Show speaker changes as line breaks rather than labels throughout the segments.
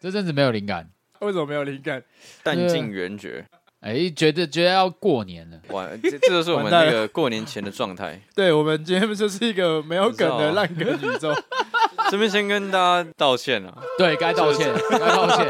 这阵子没有灵感，
为什么没有灵感？
对
弹
啊
尽援绝，
哎、觉得觉得要过年了，
哇，这这就是我
完
们
蛋
那
了
个过年前的状态。
对我们今天就是一个没有梗的
不知道啊
烂梗宇宙。
这边先跟大家道歉啊，
对该道歉，该道歉。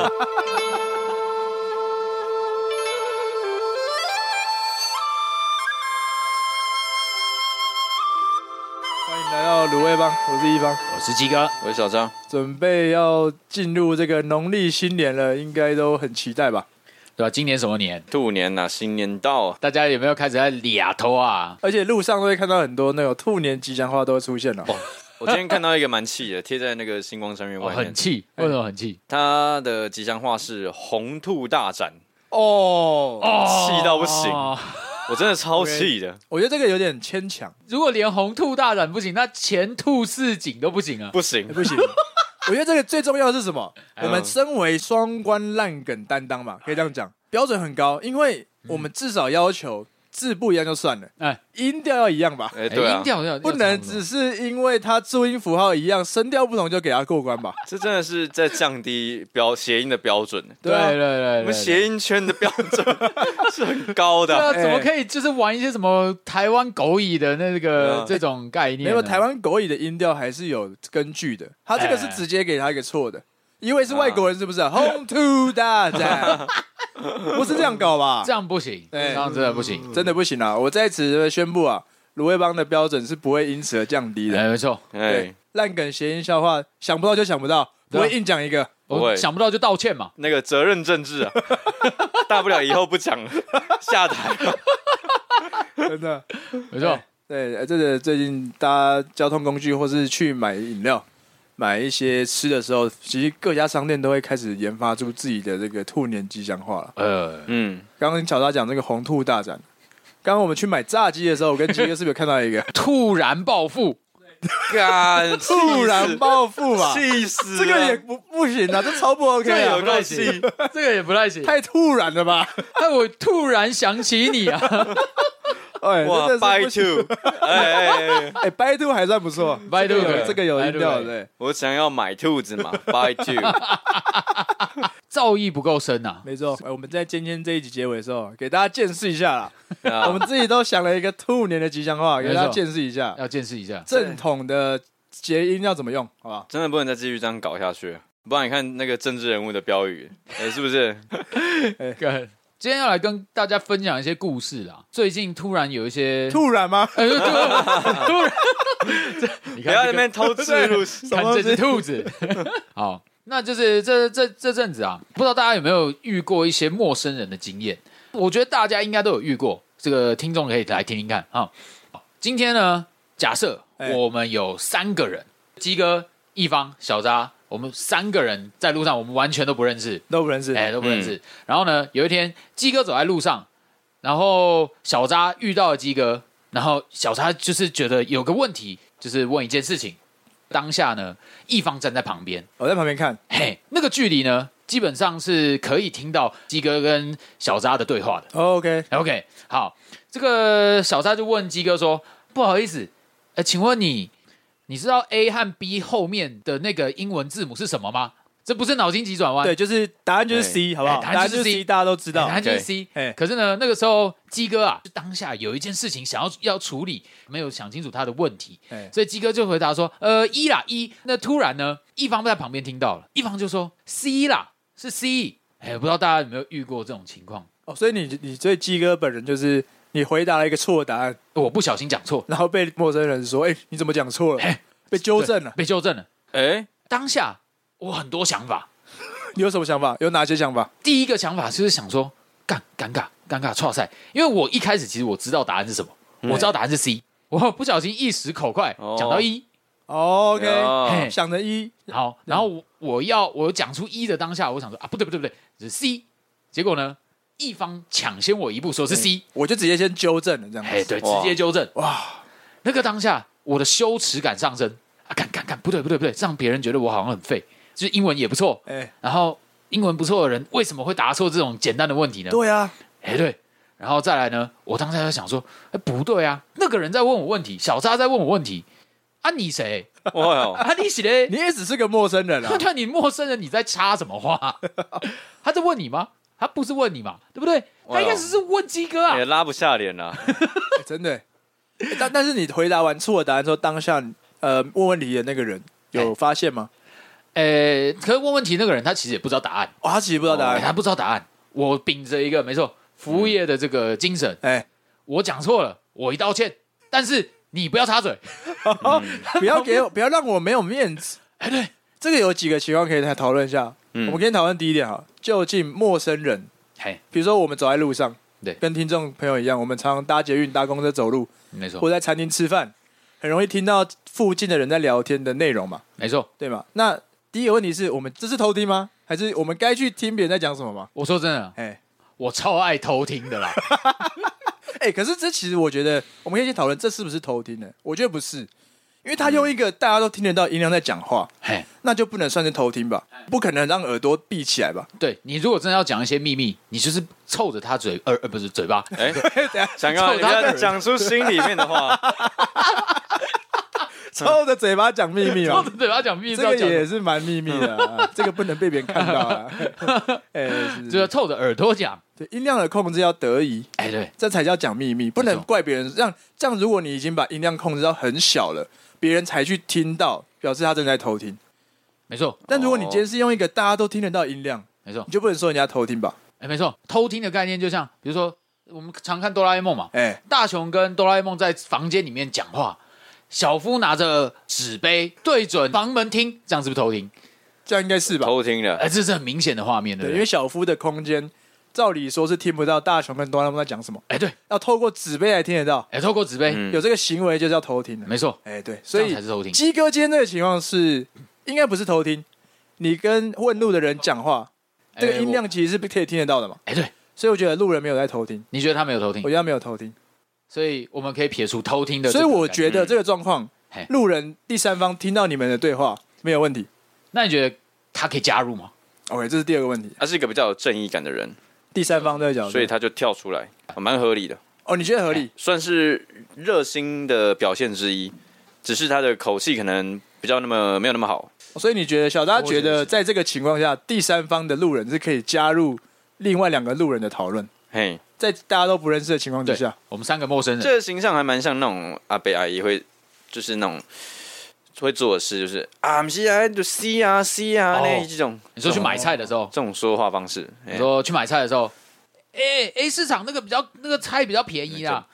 欢迎来到卤味帮，我是一方。
我是鸡哥，
我是小张，
准备要进入这个农历新年了，应该都很期待吧？
对吧、啊今年什么年？
兔年呐、新年到啊，
大家有没有开始在俩头啊？
而且路上都会看到很多那种兔年吉祥话都会出现哦了。
我今天看到一个蛮气的，贴在那个星光三月
我
外
哦
面
很，气，为什么很气？
它的吉祥话是红兔大展，
哦，
气到不行，
哦
我真的超气的，
我觉得这个有点牵强，
如果连红兔大展不行，那前兔似锦都不行啊！
不
欸
行，
不行。我觉得这个最重要的是什么？
哎
我
呦
们身为双关烂梗担当嘛，可以这样讲，标准很高，因为我们至少要求字不一样就算了，
哎，
音调要一样吧，
哎、对
哎
啊
音，调要
不能只是因为它注音符号一样，声调不同就给它过关吧？
这真的是在降低标谐音的标准，
对
啊
对对对，
我们谐
音
音圈的标准 是很高
对
的
啊，
啊，
怎么可以就是玩一些什么台湾狗语的那
对
个
啊
这种概念呢？
没有，台湾国语的音调还是有根据的。他这个是
哎
直接给他一个错的，因为是外国人，是不是、啊、？Home to 大 家，不是这样搞吧
这？样不行，
对
哎
这样真的不行。
真的不行啊！我在此宣布啊，卤味帮的标准是不会因此而降低的。
哎，没错，
哎
对，，烂梗谐音笑话，想不到就想不到，不
对啊
会硬讲一个。
不
我
会
想不到就道歉嘛。
那个责任政治啊， 大不了以后不讲了，下台吧。
真的，
没错，
哎
对，呃这个最近搭交通工具或是去买饮料、买一些吃的时候，其实各家商店都会开始研发出自己的这个兔年吉祥话了。
呃，
嗯，
刚刚小大讲这个红兔大展，刚刚我们去买炸鸡的时候，我跟鸡哥是不是有看到一 个
突然暴富，
干，气
突然暴富啊？
气死了！
这个也不不行啊，这超不 OK
这
对
也
有
不
啊，
够
太行
气，
这个也不太行。
太突然了吧？
哎，我突然想起你啊，
哎，
哇
这真的是
，by
不行
two，哎哎哎，
哎，by two 还算不错
By two
这个
可
有
以
这个有
By
音
two
调
可以
对，
我想要买兔子嘛，by two，
造诣不够深啊呐。
没错。哎我们在今天这一集结尾的时候，给大家见识一下啦，
啊
我们自己都想了一个兔年的吉祥话，给大家见识一下
要见识一下，
正统的谐音要怎么用，好吧？
真的不能再继续这样搞下去，不然你看那个政治人物的标语，哎，是不 是？
今天要来跟大家分享一些故事啦。最近突然有一些，
突然吗？
哎，突 然，突然，这你
不要
看这
在那
个
边偷吃 路，
看这只兔子。 好，那就是这这这阵子啊，不知道大家有没有遇过一些陌生人的经验？我觉得大家应该都有遇过，这个听众可以来听听看啊。好今天呢，假设
哎
我们有三个人，鸡哥、一方、小扎，我们三个人在路上，我们完全都不认识，
都不认识。
哎、都不认识。然后呢，有一天鸡哥走在路上，然后小扎遇到了鸡哥，然后小扎就是觉得有个问题，就是问一件事情。当下呢，一方站在旁边，
我在旁边看，
嘿，那个距离呢，基本上是可以听到鸡哥跟小扎的对话的。
哦 OK，
OK，好，这个小扎就问鸡哥说：“不好意思，呃，请问你，你知道 A 和 B 后面的那个英文字母是什么吗？这不是脑筋急转弯，
对，就是答案就是
哎
C，好不好？
哎答案
答案
就是
就是
C
C，大家都知道
答。案就是
OK
C。
哎
可是呢，那个时候鸡哥啊，就当下有一件事情想要要处理，没有想清楚他的问题，
哎
所以鸡哥就回答说：“呃，一啦一。”那突然呢，一方在旁边听到了，一方就说：“C 啦，是 C。”哎，不知道大家有没有遇过这种情况？
哦，所以你你对鸡哥本人就是你回答了一个错答案，
我不小心讲错，
然后被陌生人说：“哎、你怎么讲错了
哎？”
被纠正了
对。被纠正了。
哎，
当下我很多想法，
你有什么想法？有哪些想法？
第一个想法就是想说，干尴尬尴尬，错赛，因为我一开始其实我知道答案是什么，
嗯
我知道答案是 C，我不小心一时口快
哦
讲到一、
哦 OK，、
哦
嘿
想着一，
好，然后我我要我讲出一的当下，我想说啊，不对不对不对，是 C。结果呢，一方抢先我一步，说
嗯
是 C，
我就直接先纠正了，这样子。
哎，对，直
哇
接纠正。
哇，
那个当下，我的羞耻感上升啊，干干干，不对不对不对，让别人觉得我好像很废，就是英文也不错，
哎、
然后英文不错的人为什么会答错这种简单的问题呢？
对啊，
哎，对。然后再来呢，我当下就想说，哎，不对啊，那个人在问我问题，小扎在问我问题，啊，你谁？
哇哟，
啊，你写嘞，
你也只是个陌生人啊
他。看你陌生人，你在插什么 话？他在问你吗？他不是问你嘛，对不
哎
对？
哇
他一开始是问鸡哥啊
也，拉不下脸啦。
欸真的欸、欸但但是你回答完错的答案之后，当下呃问问题的那个人有发现吗？
呃，可是问问题那个人他其实也不知道答案，
哦，他其实不知道答
哎，
案。
他不知道答案。我秉着一个没错服务业的这个精神，
哎、
我讲错了，我一道歉，但是你不要插嘴。
不要给我，不要让我没有面子。
哎，对，
这个有几个情况可以来讨论一下。
嗯
我们先讨论第一点哈，就近陌生人，
嘿，
比如说我们走在路上，
对
跟听众朋友一样，我们常常搭捷运、搭公车走路，
没
或
错，
者在餐厅吃饭，很容易听到附近的人在聊天的内容嘛，
没错。
对吗？那第一个问题是我们这是偷听吗？还是我们该去听别人在讲什么吗？
我说真的，
哎、
我超爱偷听的 啦。
哎、可是这其实我觉得，我们可以先讨论这是不是偷听呢、我觉得不是，因为他用一个大家都听得到音量在讲话，
嘿，
那就不能算是偷听吧？
哎
不可能让耳朵闭起来吧？
对你如果真的要讲一些秘密，你就是凑着他嘴，呃呃，不是嘴巴，
哎，
等下
想要
臭
你不
他
要
的
讲出心里面的话，
抽着嘴巴讲秘密
凑
嘛
着，嘴巴讲秘密，
啊这
不要
个
讲
也是蛮秘密的、啊，这个不能被别人看 到啊。哎、是
就是凑着耳朵讲。
对音量的控制要得宜，
哎，对，
这才叫讲秘密，不能
没错
怪别人。让这样，如果你已经把音量控制到很小了，别人才去听到，表示他正在偷听。
没错，
但如果你今天是用一个大家都听得到音量，
没错
你，就不能说人家偷听吧？
哎，没错，偷听的概念就像，比如说我们常看哆啦 A 梦嘛，
哎、
大雄跟哆啦 A 梦在房间里面讲话，小夫拿着纸杯对准房门听，这样是不是偷听？
这样应该是吧？
偷听的，
哎，这是很明显的画面，对
对，
不
因
对
为？小夫的空间，照理说是听不到大雄跟哆啦 A 梦在讲什么，
哎，对，
要透过纸杯来听得到。
哎，透过纸杯，
嗯
有这个行为就叫偷听了。
没错，
哎、对，所
这样
以
才是偷听。
鸡哥今天这个情况是，应该不是偷听，你跟问路的人讲话，这个
哎
音，量其实是可以听得到的嘛。
我哎，对，
所以我觉得路人没有在偷听，
你觉得他没有偷听
我？觉得他没有偷听，
所以我们可以撇除偷听嗯的这
所
个
以
概念。
我觉得这个状况
嘿，
路人第三方听到你们的对话没有问题。
那你觉得他可以加入吗？
OK，这是第二个问题，
他是一个比较有正义感的人，
第三方这个角度，
所以他就跳出来，蛮合理的，
哦，你觉得合理？
算是热心的表现之一。只是他的口气可能比较那么没有那么好，
所以你觉得小扎
我觉
觉
得
得
是
在这个情况下，第三方的路人是可以加入另外两个路人的讨论，
嘿，
在大家都不认识的情况之
对
下，，
我们三个陌生人，
这个形象还蛮像那种阿伯阿姨会，就是那种会做的事，就是啊，不是啊，就 C 啊 C 啊
哦
那这种
你说去买菜的时候，
这种说话方式，
你
哎，
说去买菜的时候，哎，A 市场那个比较那个菜比较便宜啊啦，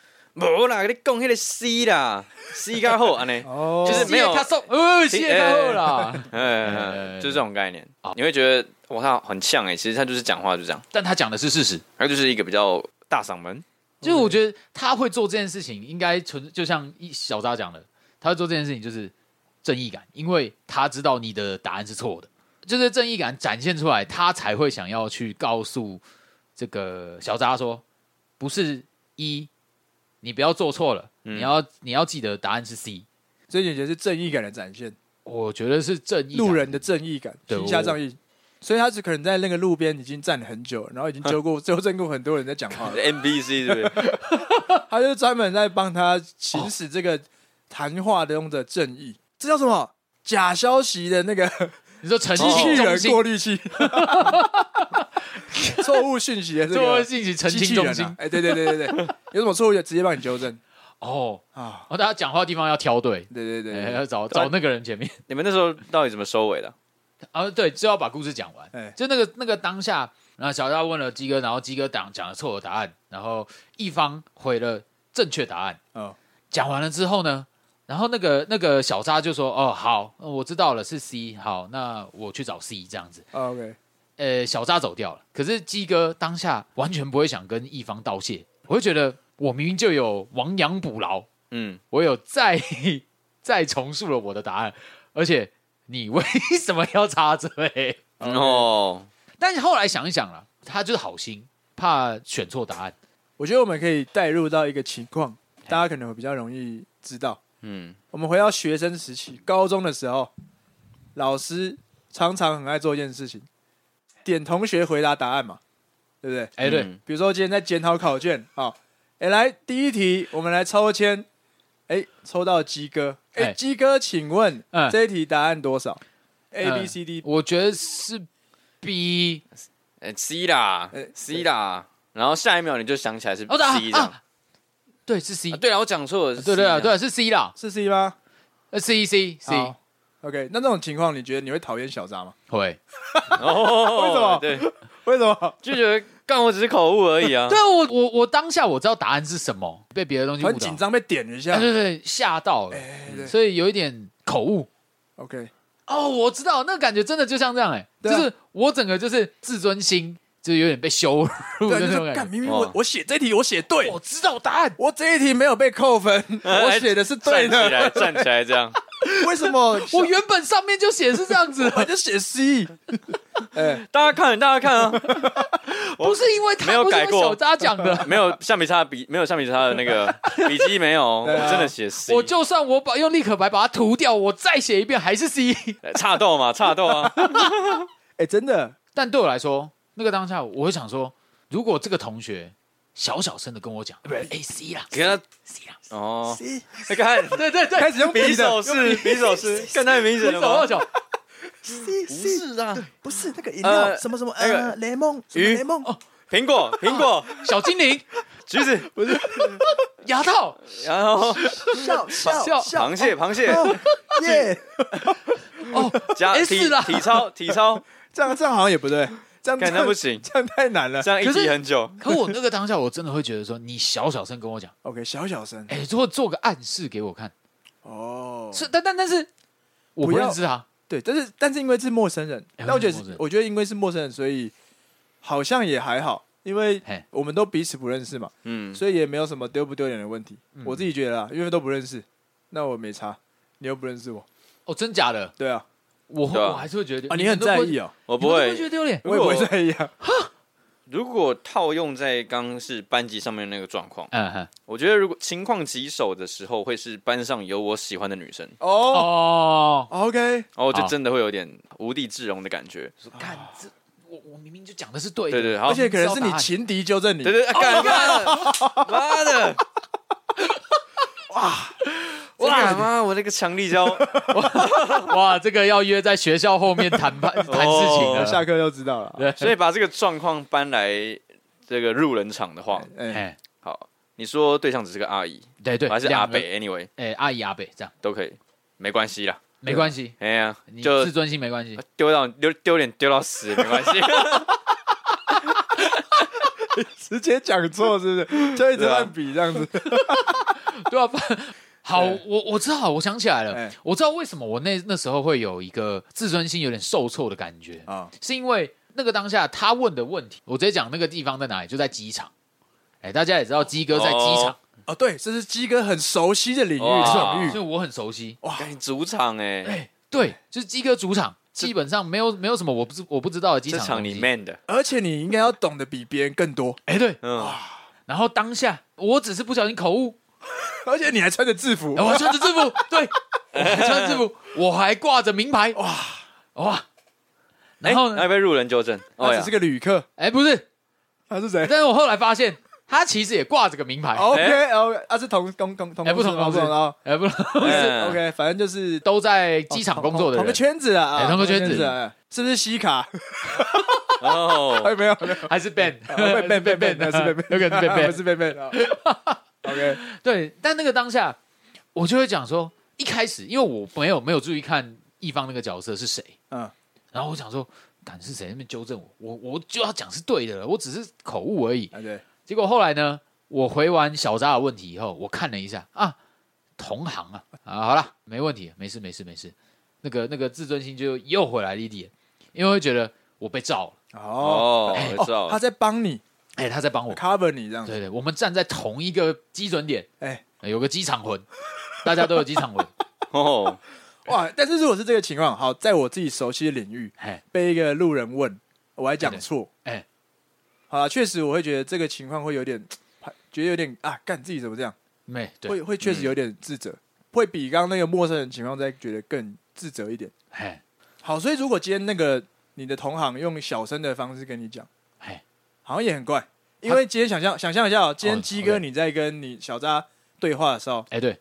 无啦，跟你讲那个 C 啦，C 较好安尼，
哦
就是没有
他送，呃，谢谢
哎
太
哎
后 啦。
嗯，就是这种概念，你会觉得哇，他很像哎，其实他就是讲话就这样，
但他讲的是事实，
他就是一个比较大嗓门，
就是我觉得他会做这件事情，应该纯就像一小扎讲的，他会做这件事情就是正义感，因为他知道你的答案是错的，就是正义感展现出来，他才会想要去告诉这个小扎说，不是一，你不要做错了，
嗯
你要你要记得答案是 C，
所以你觉得是正义感的展现，
我觉得是正义感
路人的正义感，
对
行侠
我
仗义。所以他只可能在那个路边已经站了很久，然后已经纠过纠正过很多人在讲话 了，
NBC 是不是？
他就专门在帮他
哦
行使这个谈话的用的正义，这叫什么？假消息的那个
你说澄
机
清
器
中
人
心，
过 滤器，错误讯息的这
做
个
进行澄
机器
清中
人啊
心、
哎，对对对 对对，有什么错误就直接帮你纠正
哦，
啊，
哦，大家讲话的地方要挑对，
对对
哎，
对，
要找找那个人前面。
你们那时候到底怎么收尾的？
啊，对，就要把故事讲完。
哎
就那个那个当下，然后小赵问了鸡哥，然后鸡哥讲讲了错的答案，然后一方回了正确答案。
哦，
讲完了之后呢，然后那个那个小扎就说：“哦，好，呃我知道了，是 C。好，那我去找 C 这样子。
啊 OK，”
呃，小扎走掉了。可是鸡哥当下完全不会想跟一方道谢，我会觉得我明明就有亡羊补牢，
嗯，
我有再再重述了我的答案，而且你为什么要插嘴？
哦，
但是后来想一想了，他就是好心，怕选错答案。
我觉得我们可以带入到一个情况，
哎
大家可能会比较容易知道。
嗯，
我们回到学生时期，高中的时候，老师常常很爱做一件事情，点同学回答答案嘛，对不对？
哎、对，
嗯，
哦比如说今天在检讨考卷啊，哎、来第一题，我们来抽签，哎、抽到鸡哥，哎、
哎
鸡哥，请问、
嗯
这一题答案多少？A
嗯
B C D，
我觉得是 B。
哎 C 啦
哎
，C 啦，然后下一秒你就想起来是 C
哦，
这
对啊
样。
啊，对，是 C，
啊对了，我讲错了，是
对对
C
啊
啦
对啊，，是 C 啦，
是 C 吗
呃，C C C，
好？OK，那这种情况，你觉得你会讨厌小扎吗？
会。
哦，
为什么
对，
为什么？
就觉得干我只是口误而已啊。
对啊，我我我当下我知道答案是什么，被别的东西误
很
导
紧，张，被点一下
哎。对对，吓到了，
哎
嗯
对
所以有一点口误。
，OK，
哦，我知道，那个感觉真的就像这样，哎，
对啊
就是我整个就是自尊心就是有点被羞辱
对，
的
啊就
那种
是
感
干，
觉。
明明
哦
我我写这题我写对
我，知道答案，
我这一题没有被扣 分，我写的是对
站
的，
起来，站起来，这样。
为什 么
我原本上面就写是这样子的，
我就写 C？哎，
大家看，大家看啊，
不是因为他
没有
不是因
改
为
过
小扎讲的。
没有橡皮擦的笔，没有橡皮擦的那个笔记没有，我
对啊
真的写 C。
我就算我把用立可白把它涂掉，我再写一遍还是 C。
哎差豆嘛，差豆啊，
哎，真的，
但对我来说，那个当下我会想说，如果这个同学小小声的跟我讲，不是 A C 啦
给他
，C 啦，
哦
C，，
你看
对对对，
开始用
比
笔的，
手势，比手势，更太明
比
显了
手画
吧？
脚，
C
不是啊，
不是那个饮
呃
么什么
那个
雷梦什
鱼
梦
哦
苹果，苹果，
小精灵，
橘子，不是，
牙套，
然后
笑
笑
螃蟹，螃蟹，
耶，
哦
加
S
体
啦
体操，体操，
这样这样好像也不对，这样
干那不行
这样太难了
这。样一
可
集
是
很久。
可我那个当下，我真的会觉得说，你小小声跟我讲，
OK，小小声
哎、如果做个暗示给我看，
哦，
是，但但但是我
不
不
要
认识他，
对，但是但是因为是陌生人，
哎
那我觉
为什么陌生
得
人
我觉得因为是陌生人，所以好像也还好，因为
嘿
我们都彼此不认识嘛，
嗯，
所以也没有什么丢不丢脸的问题。我自己觉得啊，因为都不认识，那我没差，你又不认识我，
哦，真假的，
对啊，
我、
对啊
我还是会觉得
啊，你很在意，哦，
我
我
不
觉得
会。哦
丢脸，
我也不会在意啊，
如果套用在刚刚是班级上面那个状况，
嗯哼，
我觉得如果情况棘手的时候，会是班上有我喜欢的女生，
哦
哦，
，OK，
哦，就
好
真的会有点无地自容的感觉。
看这，我我明明就讲的是对的，
对对，好，
而且
对
可能是你情敌纠正你，哦
对，啊干嘛？妈的！哇哇妈！我那个强力胶，
哇，这个要约在学校后面谈判 谈事情
哦
了。
下课就知道了。
啊对，
所以把这个状况搬来这个路人场的话，
哎，
哎，
好，你说对象只是个阿姨，
对对，
还是阿
两个，
北？Anyway，
哎，阿姨阿北这样
都可以，没关系啦。
没关系，
哎呀
你，
就
自尊心没关 系。
丢到丢丢脸丢到 死也没关系。
直接讲错是不是？就一直
对啊
乱比这样子。
对啊，不然好，
对
我我知道，我想起来了
哎，
我知道为什么我那那时候会有一个自尊心有点受挫的感觉，
啊，
是因为那个当下他问的问题，我直接讲那个地方在哪里，就在机场。哎，大家也知道鸡哥在机场
哦，
哦，对，这是鸡哥很熟悉的领域
哇
场
所
域
以我很熟悉。
哇
干主场哎，
哎，对，就是鸡哥主场，基本上没有没有什么我不知我不知道的机
这
场
场
东
你
西
man 的，
而且你应该要懂得比别人更多，
哎，对，
嗯，
然后当下我只是不小心口误，
而且你还穿着制服
哦
哎，我还穿着制 服，对，我还穿着制服，我还挂着名牌，哇哇，然后
哎
呢？
那被路人纠正，哦
他
呀
只是，个旅客，
哎、不是，
他是谁
但是我后来发现他其实也挂着个名牌，
哦
哎、
？OK OK，他是同同同同
哎不同
公
公司
司哦
不
嗯
是，
OK，反正就是
都在机场工作的
哦同个
人，
圈子啊，
哎
啊
同个圈子
子，哎是不是西卡？
哦
哎，没有没有，
还是 Ben，
被被被被，那是被被，
哦有可 能是 Ben，
不是被被。哦 OK，
对，但那个当下，我就会讲说，一开始因为我没有没有注意看一方那个角色是谁，
嗯，
然后我想说，敢是谁在那边纠正我，我我就要讲是对的了，我只是口误而已。
啊对，
结果后来呢，我回完小扎的问题以后，我看了一下啊，同行啊，啊，好了，没问题，没事，没事，没事。那个那个自尊心就又回来了一点，因为会觉得我被罩了，
哦，
哦
哎，
我知道
他
了，
在帮你
哎、他在帮我，
cover 你这样子，
对对，我们站在同一个基准点，
哎
哎有个机场魂，大家都有机场魂，
哦，
哇！但是如果是这个情况，好，在我自己熟悉的领域，
哎
被一个路人问，我还讲错，
哎，
好啦，确实我会觉得这个情况会有点，觉得有点啊，干自己怎么这样，
没对，嗯
会会确实有点自责，会比刚刚那个陌生人情况再觉得更自责一点。
哎
好，所以如果今天那个你的同行用小声的方式跟你讲，
哎
好像也很怪，因为今天想象想象一下、哦，今天鸡
哦
哥
，OK
你在跟你小扎对话的时候，
哎对，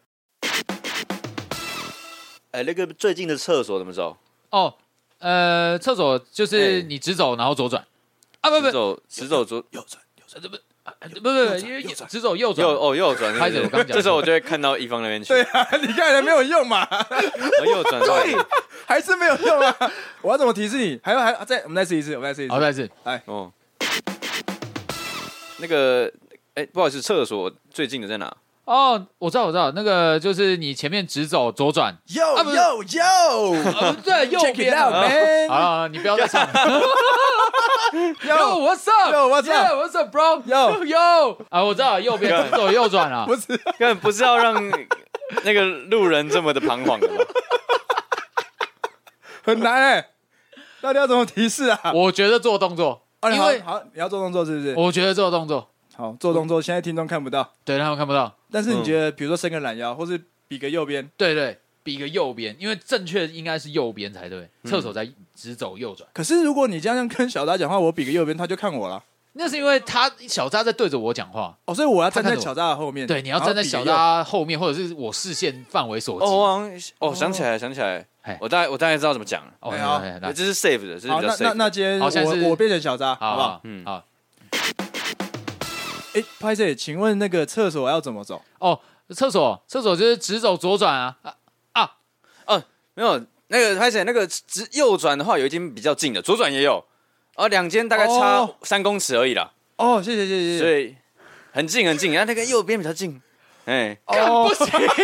哎，那个最近的厕所怎么走？
哦，呃，厕所就是
哎
你直走，然后左转啊，不不
直走直走哦左
右转右转，
这不啊不不不，因为
右转
直走右转
右，哦右转，
拍着我刚讲
这时候我就会看到一方那边去，
对啊， 你看来没有用嘛，
然后右转对
还是没有用啊！我要怎么提示你？还要还要再我们再试一次，我们再试一次
好，。再次
哦，那个，哎、不好意思，厕所最近的在哪？
哦，我知道我知道，那个就是你前面直走左转，
Yo
啊不是
yo yo，
呃，对，右
Check it
边 啊
out, man
好了好了，你不要再唱。Yo, what's up?
Yo, what's
Yeah, what's up, bro?
Yo.
yo 啊，我知道，右边直走右转啊。
不是
根本不是要让那个路人这么的彷徨的吧？
很难哎，到底要怎么提示啊？
我觉得做动作，
哦你
因
好
为
好，你要做动作是不是？
我觉得做动作，
好，做动作，现在听众看不到，
对他们看不到。
但是你
嗯
觉得，比如说伸个懒腰，或是比个右边，
对对，比个右边，因为正确应该是右边才对，
嗯
厕所在直走右转。
可是如果你这样跟小达讲话，我比个右边，他就看我了。
那是因为他小扎在对着我讲话，
哦，所以我要站
他看
在
着我
小扎的后
嗯
面。
对，你要站在小
然后
扎后面，或者是我视线范围所及。
哦，我好像哦，想起来，想起来
嘿，
我大概我大概知道怎么讲了。
哦，
哎呀
对对对
这是 safe 的，这是
比个右。好，
比
那那
较 safe 的。
那今天
好现在是
我我变成小扎，好
好
不好
好？
嗯
好
哎，拍摄，请问那个厕所要怎么走？
哦，厕所厕所就是直走左转啊 啊啊！
没有那个拍起来那个直右转的话，有一间比较近的，左转也有，哦，两间大概差
哦
三公尺而已啦，
哦，谢谢谢谢谢
所
谢。
以很近很近，啊然后那个右边比较近，哎、
哦，
哎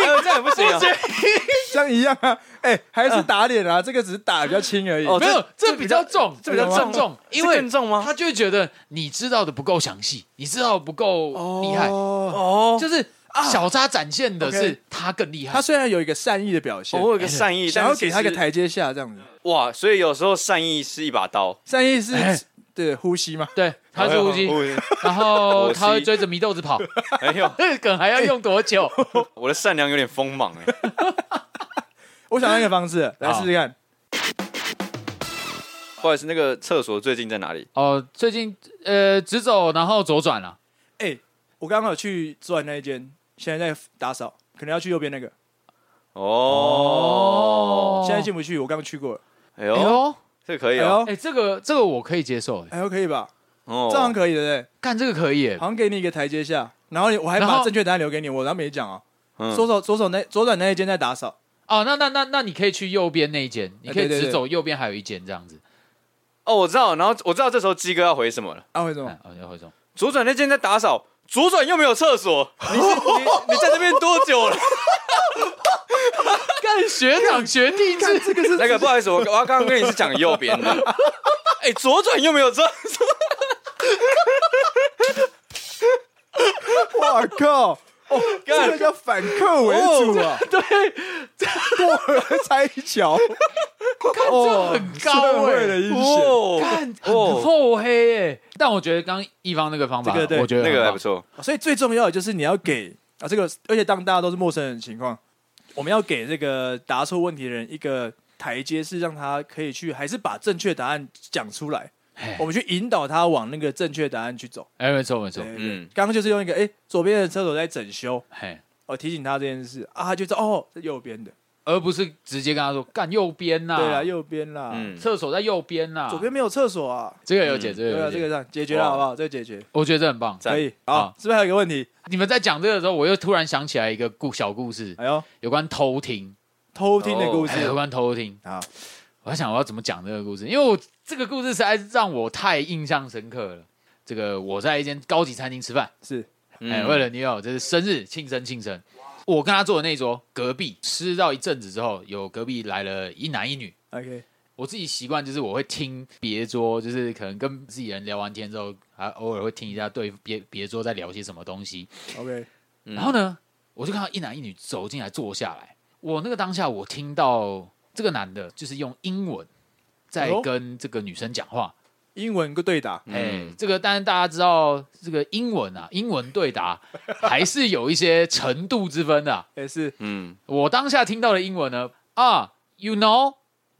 呦这样也不行啊，
这样一样啊。哎，还是打脸啊，这个只是打得比较轻而已。
哦
没有，
这
这比较
这比较
重，
这比较重啊
更重，因
这
为
更重吗？
他就会觉得你知道的不够详细，你知道的不够厉害，
哦，
哦，
就是小扎展现的
OK
是他更厉害
他。虽然有一个善意的表现
哦，我，有个善意，
想
但
要
是
给
其
他一个
实
台阶下，这样子。
哇，所以有时候善意是一把刀，
善意是
哎
对呼吸嘛？
对，他是乌鸡，然后他会追着祢豆子跑，
哎呦，
这个 梗还要用多久？
我的善良有点锋芒哎，
我想到一个方式，来
好
试试看。
不好意思，那个厕所最近在哪里？
哦，最近呃直走然后左转了、
哎，我刚刚有去做完那一间，现在在打扫，可能要去右边那个。
哦，
现在进不去，我刚刚去过了，
哎
哎
呦，
呦，
这个可以
哎
哦
呦，
哎，这个这个我可以接受，哎，
哎呦，可以吧？
哦
这样可以的，对
干这个可以，
不对？
哎
好像给你一个台阶下，然后你我还
然
把
后
正确答案留给你，我然后没讲哦。
嗯
左手左手那左转那一间在打扫，
哦，那那那那你可以去右边那一间，你可以
对对对
直走，右边还有一间这样子。
哦，我知道，然后我知道这时候鸡哥要回什么了，
啊，为什么
哎？哦，要回中。
左转那间在打扫，左转又没有厕所，你是你你在这边多久了？
干学长学弟制，这个是
那个不好意思，我我刚刚跟你是讲右边的，哎，左转又没有厕所，
我靠！哦，
干
这个叫反客为主啊！对，过河拆桥，哦
这很高
社会的
哎，
阴险。
哦
干很
哦，
厚黑哎。但我觉得刚一方那个方法，
这个对
我觉得
那个还
很棒
不错，
所以最重要的就是你要给啊，这个而且当大家都是陌生人的情况，我们要给这个答错问题的人一个台阶，是让他可以去，还是把正确答案讲出来
嘿，
我们去引导他往那个正确答案去走。
哎，没错没错，
嗯
嗯，
刚刚就是用一个哎、左边的厕所在整修，
嘿，
我提醒他这件事啊，他就知道哦，在右边的，
而不是直接跟他说干右边呐，
对啊，右边啦，
嗯，
厕所在右边呐，
左边没有厕所啊，
这个有解，
嗯
这个
对啊，
有
这
解，
个上解决了
哇
好不好？这个解决
我觉得这很棒。
赞
可以，好
好，
是不是还有一个问题？
你们在讲这个时候，我又突然想起来一个故小故事，
哎呦，
有关偷听，
偷听的故
哎有
事，哦
关偷听。
好，
我在想我要怎么讲这个故事，因为我这个故事实在是让我太印象深刻了。这个我在一间高级餐厅吃饭，
是
嗯
哎，为了女友这是生日庆生庆生，我跟他坐的那一桌隔壁吃到一阵子之后，有隔壁来了一男一女。
OK，
我自己习惯就是我会听别桌，就是可能跟自己人聊完天之后，还偶尔会听一下对别别桌在聊些什么东西。
OK，
嗯
然后呢，我就看到一男一女走进来坐下来。我那个当下，我听到这个男的就是用英文在
哎呦
跟这个女生讲话。
英文对答，
哎、
嗯
这个当然大家知道，这个英文啊，英文对答还是有一些程度之分的啊、
也是
嗯，
我当下听到的英文呢，啊，you know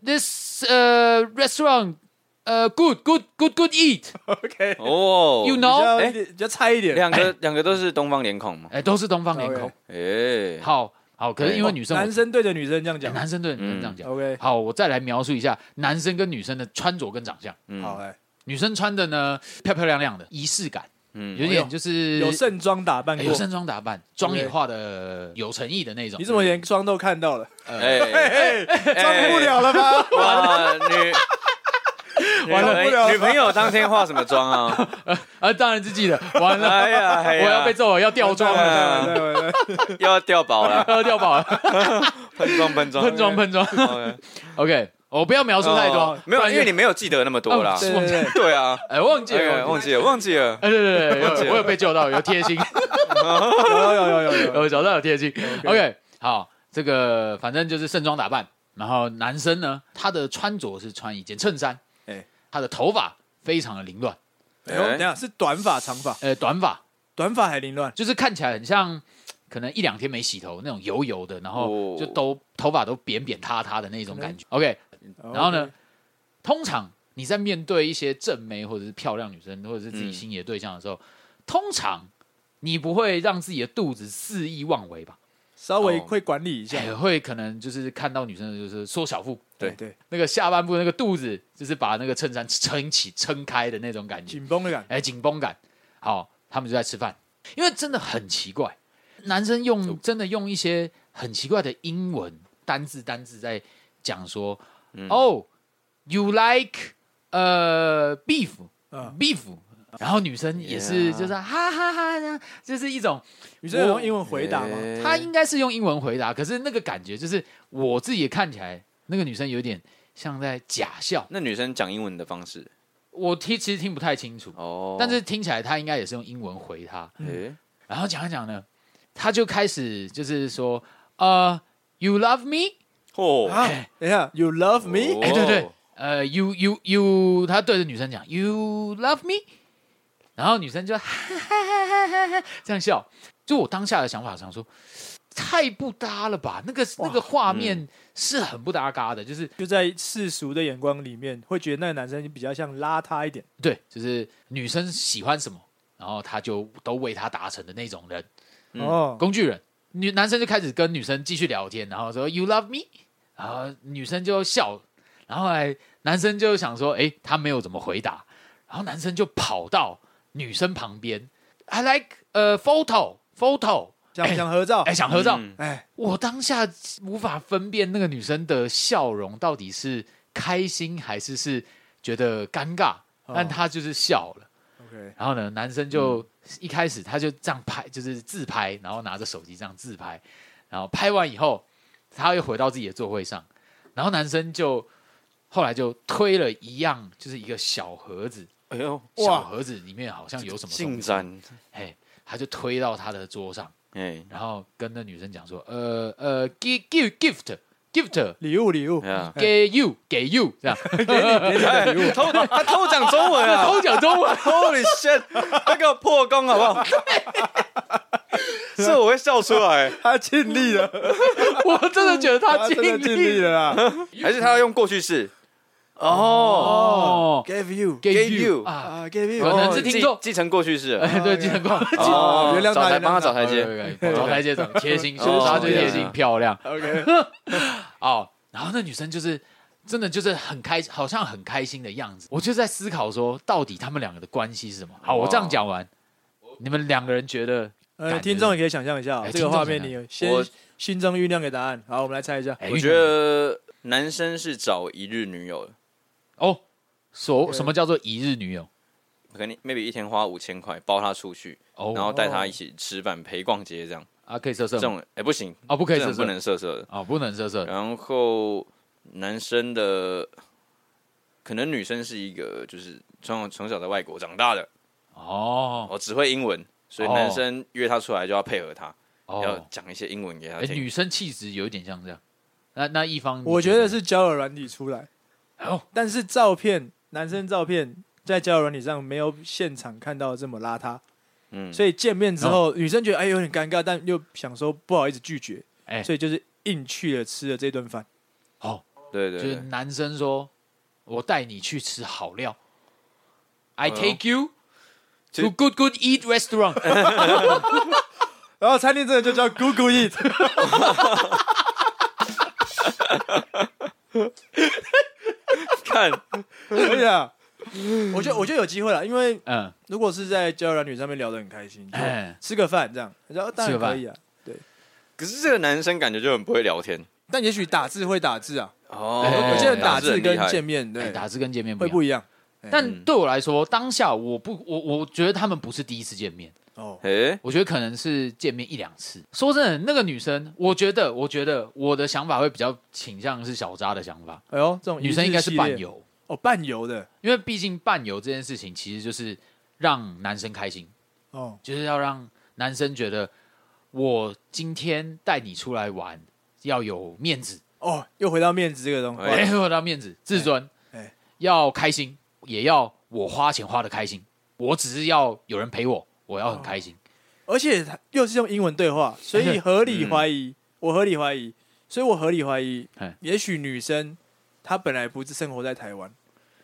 this 呃、restaurant 呃、good good good good eat，you
OK，
哦
know，
比较比较差一点，
两个两个都是东方脸孔嘛，
哎、都是东方脸孔。
OK
哎，
好好，可是因为女生我
哦男生嗯对着女生这样讲
男生对女生这样讲。
，OK，
好，我再来描述一下男生跟女生的穿着跟长相。
嗯
好哎，
女生穿的呢漂漂亮亮的，仪式感，
嗯，
有点就是
有盛装打扮
哎
过
有，盛装打扮，妆也化的有诚意的那种
你。怎么连妆都看到了？
哎
哎，
哎
装不了了吧？
哇，女。
完了
女
不
朋哎
了了
女朋友当天化什么妆啊？
啊，当然是记得， 完了，
哎呀， 哎呀
我要被揍了，要掉妆了，
哎
对对对，
又要掉宝了，
要掉宝了，
喷妆喷妆
喷妆喷妆。
OK
OK，我 不要描述太多
哎哦，没有，因为
你
你没有记得那么多啦
哦。
对对对
对啊，
哎忘记
哎
了，
忘记了，忘记了。
哎对对对
忘记
对，
了
有我有被救到，有贴 心，
有有有有有有，
有找到有贴心。OK，好， 这个反正就是盛装打扮，然后男生呢，他的穿着是穿一件衬衫，
哎
他的头发非常的凌乱，
哎呦，等一下是短发长发，
呃，短发
短发还凌乱，
就是看起来很像，可能一两天没洗头那种油油的，然后
哦
就都、头发都扁扁塌塌的那种感觉。OK，然后呢，通常你在面对一些正妹或者是漂亮女生，或者是自己
嗯
心仪的对象的时候，通常你不会让自己的肚子肆意妄为吧？
稍微会管理一下，
也会可能就是看到女生的就是缩小腹，
对
对，
那个下半部那个肚子就是把那个衬衫撑起、撑开的那种感觉。
紧绷的感觉。
哎，紧绷感。好，他们就在吃饭，因为真的很奇怪，男生用真的用一些很奇怪的英文单字单字在讲说，哦、y o u like 呃 beef
嗯
beef，然后女生也是
Yeah
就是哈哈哈这样，就是一种
女生有用英文回答吗？
哎
她应该是用英文回答，可是那个感觉就是我自己也看起来那个女生有点像在假笑，
那女生讲英文的方式
我听其实听不太清楚，
哦，
但是嗯听起来她应该也是用英文回她。
哎
然后讲一讲呢，他就开始就是说，呃，you love me，
哦，
啊
哎，
等一下，You love me？
哎，对对
哦，
呃，you you you，他对着女生讲，you love me，然后女生就哈哈哈哈哈哈这样笑。就我当下的想法上说，太不搭了吧？那个那个画面是很不搭嘎的，就是
就在世俗的眼光里面，会觉得那个男生比较像邋遢一点。
对，就是女生喜欢什么，然后他就都为他达成的那种人。
嗯
哦，
工具人。女男生就开始跟女生继续聊天，然后说 “You love me”，然后女生就笑，然后后来男生就想说：“诶，他没有怎么回答。”然后男生就跑到女生旁边，“I like 呃 photo photo”，
想想合照
哎、，想合照。
嗯
哎，
我当下无法分辨那个女生的笑容到底是开心还是是觉得尴尬，
哦
但她就是笑了。
OK，
然后呢，男生就一开始他就这样拍，就是自拍，然后拿着手机这样自拍，然后拍完以后，他又回到自己的座位上，然后男生就后来就推了一样，就是一个小盒子，
哎呦，
哇
小盒子里面好像有什么
进
东西，
展，
哎，他就推到他的桌上，
哎
然后跟那女生讲说，呃呃，give give gift gift
礼物礼物，
哎呀，
给 you 给 you 这样，
哎偷他偷讲中文啊
偷讲中文。
，Holy shit，他给我破功好不 好？这我会笑出来，
他尽力了，
我真的觉得他
他
尽
真的尽力
力了
了啦。
还是他要用过去式？哦，
哦
Gave you，
给
Gave
you
you
啊，
啊，Gave
可能
you，
是
哦继
听众
继承过去 式了，
哎，对，金城 光，
哦，
原谅他
找台
原谅
帮他找
他
台阶，
找台阶，找贴心，
哦
他就贴
对
心
啊
漂亮
OK，
哦。然后那女生就是真的就是很开，好像很开心的样子。我就在思考说，到底他们两个的关系是什么？好，我这样讲完，你们两个人觉得，
呃，
感觉
听众也可以想象一下哦
哎
这个画面，
听
你先
我
心中酝酿给答案。好，我们来猜一下，
哎
我觉得男生是找一日女友的，
哦，所什么叫做一日女友？
可能 maybe 一天花五千块包她出去，然后
哦
带她一起吃饭、陪逛街这样。
啊，可以色色
这
吗？
种哎不行，
哦，不可
这
以色
种不
色，
能色色的。
哦，不能色色。
然后男生的可能女生是一个就是从从小在外国长大的，
哦
我只会英文，所以
哦
男生约她出来就要配合她，要
哦，
讲一些英文给她
哎，
听。
女生气质有一点像这样。那那一方，
我觉得是交友软体出来，
哦，
但是照片，男生照片在交友软体上没有现场看到这么邋遢，
嗯，
所以见面之
哦
后，女生觉得哎有点尴尬，但又想说不好意思拒绝，
哎
所以就是硬去了吃了这顿饭。
哦，
对对
就是
对，
男生说：“我带你去吃好料。” I
哎呦
take you
其
to
实
good good eat restaurant。
然后餐厅真的就叫 Google Eat，
看，
可以啊。我觉得我觉得有机会了，因为
嗯，
如果是在交友软女上面聊得很开心，就
哎
吃个饭这样，然后当
吃
然
个饭
可以啊。
可是这个男生感觉就很不会聊天
但也许打字会打字啊，
哦
哎
有些人打
字
字
很厉
跟
害
见面
哎
对
打字跟见面不
会
一样
不。一样
嗯
但对我来说，当下我不，我我觉得他们不是第一次见面，
哦。
哎，
我觉得可能是见面一两次。说真的，那个女生，我觉得，我觉得我的想法会比较倾向是小扎的想法，
哎呦，这种
女生应该哦是伴游，
哦，伴游的
因为毕竟伴游这件事情其实就是让男生开心，
哦，
就是要让男生觉得我今天带你出来玩要有面子，
哦，又回到面子这个东
哎
西，
哎，我要面子、自尊，
哎哎
要开心，也要我花钱花的开心。我只是要有人陪我，我要很开心。
而且它又是用英文对话，所以合理怀疑，我合理怀疑，所以我合理怀疑
嗯哎，
也许女生她本来不是生活在台湾，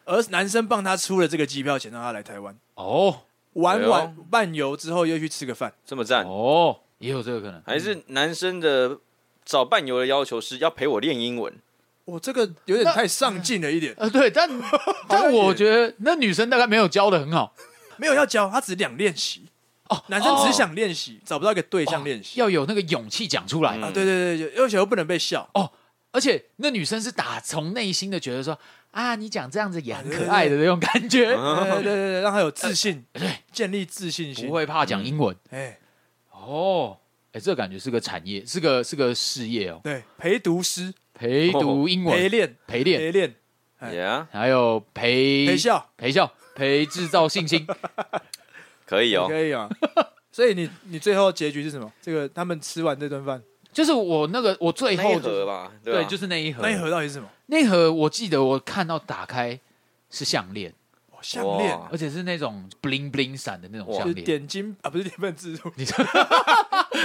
而男生帮她出了这个机票钱，让她来台湾
哦
玩
哎呦
玩伴游之后，又去吃个饭，
这么赞，
哦，也有这个可能。
哎
还是男生的找伴游的要求是要陪我练英文，
我这个有点
那
太上进了一点，
呃，对， 但但我觉得那女生大概没有教的很好，
没有要教，他只想练习。
哦
男生只想练习，找不到一个对象练习。
要有那个勇气讲出来。
嗯
啊，对对对，对而且又不能 被笑。
而且那女生是打从内心的觉得说啊，你讲这样子也很可爱的那种感觉，
对嗯对对对对，让他有自信，
对，
建立自信心
哎不。会怕讲英文。
哎，
哦，哎，这感觉是个产业，是个是个事业哦。
对，陪读师、
陪读英文，
陪练、
陪练，
陪练、哎
，Yeah，
还有陪
陪笑，
陪笑、陪制造信心。
可以哦，
可 以啊。所以你你最后结局是什么？这个他们吃完这顿饭，
就是我那个，我最
那一
后
盒
就
吧，
对，
吧
就是那一盒，
那一盒到底是什么？
那一盒我记得我看到打开是项链，
哦项链
哇，
而且是那种 bling bling 闪的那种
哇
就
项
是
链。
点睛啊，不是点份 自助，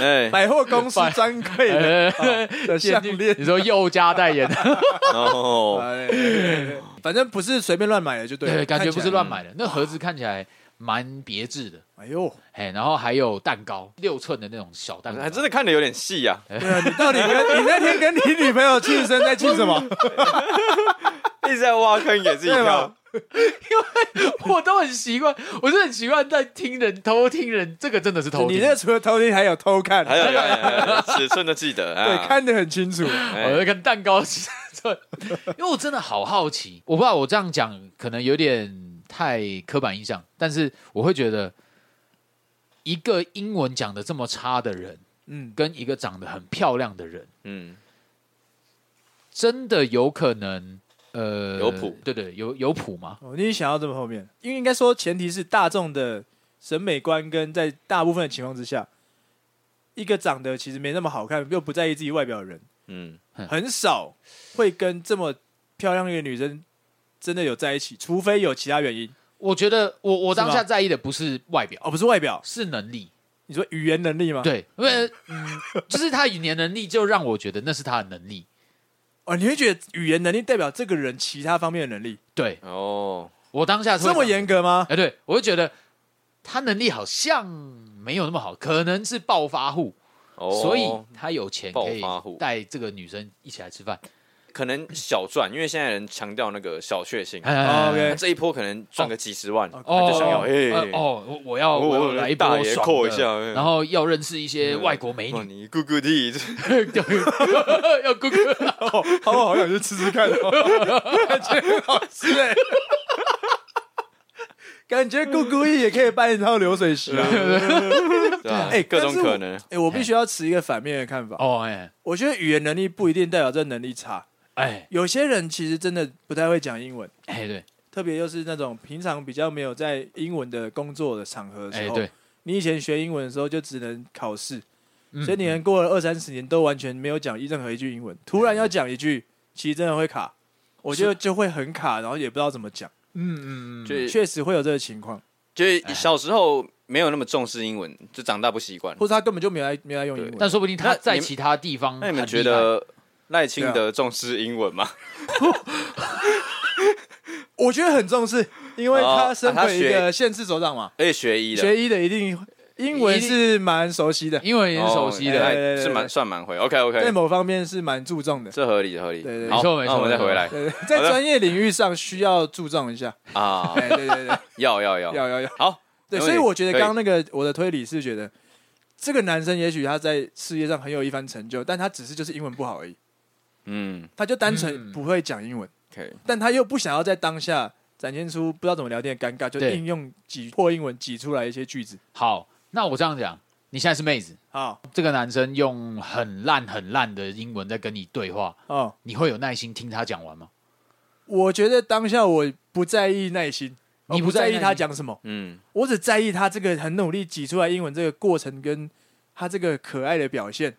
哎，
百货公司
百
专柜的啊
呃
的项链。
你说佑家代言，
哦，
哎对对对对反正不是随便乱买的，就对了。
对，感觉
看起
不
来
是乱买的。那盒子看起来蛮别致的，
哎呦，
哎，然后还有蛋糕，六寸的那种小蛋糕，
还真的看的有点细呀，
对啊，你到底跟你那天跟你女朋友庆生在庆什么？
一直在挖坑给自己
对
跳
吧，
我都很习惯，我是很习惯在听人偷听人，这个真的是偷听。
你这除了偷听，还有偷看，
还有还有还有还有尺寸都记 得啊，
对，看得很清楚。
哎，
我在看蛋糕尺寸， 因为我真的好好奇，我不知道我这样讲可能有点太刻板印象，但是我会觉得，一个英文讲的这么差的人，
嗯，
跟一个长得很漂亮的人，
嗯，
真的有可能，呃，
有谱，
对对，有有谱吗？
哦，你想要这么后面，因为应该说前提是大众的审美观跟在大部分的情况之下，一个长得其实没那么好看又不在意自己外表的人，
嗯，
很少会跟这么漂亮的一个女生真的有在一起，除非有其他原因
我觉得我我
是吗
当下在意的不是外表，
哦，不是外表，
是能力。
你说语言能
啊
力吗？，
对，因为嗯，就是他语言能力就让我觉得那是他的能力。
哦，你会觉得语言能力代表这个人其他方面的能力，
对
哦，
我当下是会
这么严格 吗？
哎，对我就觉得他能力好像没有那么好，可能是暴发户，
哦
所以他有钱可以
暴发户
带这个女生一起来吃饭。
可能小赚，因为现在人强调那个小确幸，
哎
OK
这一波可能赚个几十万，
哦
哦
哦他就想要，哎
呃，哦，我我要
我
我要来一波
大爷
爽
扣
的
一下嗯哎
然后要认识一些外国美
哇
女，
你 good good
对 要哥哥
好，我好想去吃吃看哦， 感觉很好吃哎、感觉咕咕意也可以办一套流水席啊！
对吧？
哎
各种可能，
哎、我必须要持一个反面的看法。
哦，哎
我觉得语言能力不一定代表这能力差，
哎
有些人其实真的不太会讲英文，
哎，对，
特别又是那种平常比较没有在英文的工作的场合的
哎
时候。
对，
你以前学英文的时候就只能考试，
嗯
所以你能过了二三十年都完全没有讲任何一句英文，突然要讲一句，其实真的会卡，我觉得就会很卡，然后也不知道怎么讲，
嗯嗯，
就
确实会有这个情况，
就是小时候没有那么重视英文，就长大不习惯。
或者他根本就没有来没有来用英文，
但说不定他
那
在
你们
其他地方
那你们
很
觉
厉害
得赖清德重视英文吗？
我觉得很重视，因为
哦
他身
啊他
为一
学
哦啊
个县市首长嘛，
而且学医的，
学医的一定英文是蛮熟悉的，
英文也是熟悉
哦
的。
对对
哎
对
是蛮算蛮会。OK
在
OK，
某方面是蛮注重的。
这合理合理，
对对
好
没错没错
那我们再
没错
回来
对，对在专业领域上需要注重一下。
啊，
哎，对对对，
要要要，
要要要。
好，
对，所
没问题
以我觉得
可以
刚刚那个我的推理是觉得，这个男生也许他在事业上很有一番成就，但他只是就是英文不好而已，
嗯，
他就单
嗯
纯不会讲英文，
可以，
但他又不想要在当下展现出不知道怎么聊天的尴尬，就
对
应用挤破英文挤出来一些句子。
哎
好，那我这样讲，你现在是妹子，
好，
这个男生用很烂很烂的英文在跟你对话，
哦，
你会有耐心听他讲完吗？
我觉得当下我不在意耐心，
你
我
不
不
在
在
意
意
耐
他
心
讲什么，
嗯，
我只在意他这个很努力挤出来英文这个过程跟他这个可爱的表现。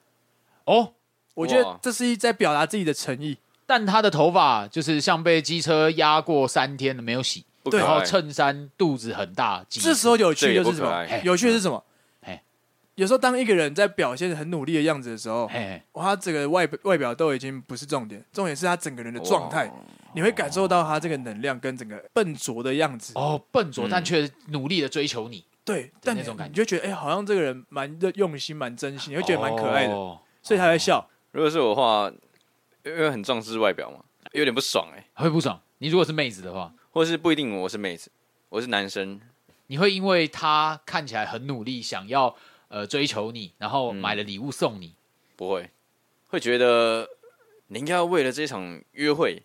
哦，
我觉得
哇
这是一在表达自己的诚意。
但他的头发就是像被机车压过三天的没有洗，
不
对
可
然后
爱
衬衫肚子很大，紧
这时候有趣
这也
的
不
是什
可
么
爱？
有趣的是什么
嘿？
有时候当一个人在表现很努力的样子的时候，
嘿，
哇，他整个外外表都已经不是重点，重点是他整个人的状态
哦
哇，
你会感受到他这个能量跟整个笨拙的样子。
哦，笨拙
嗯
但却努力的追求你，
对，但你
那种感觉
你就觉得哎，好像这个人蛮用心、蛮真心，你会觉得蛮可爱的，
哦
所以他在笑。
如果是我的话，因为很重视外表嘛，有点不爽哎，
会不爽。你如果是妹子的话，
或是不一定我是妹子，我是男生，
你会因为他看起来很努力，想要呃追求你，然后买了礼物送你，
不会，会觉得你应该要为了这场约会，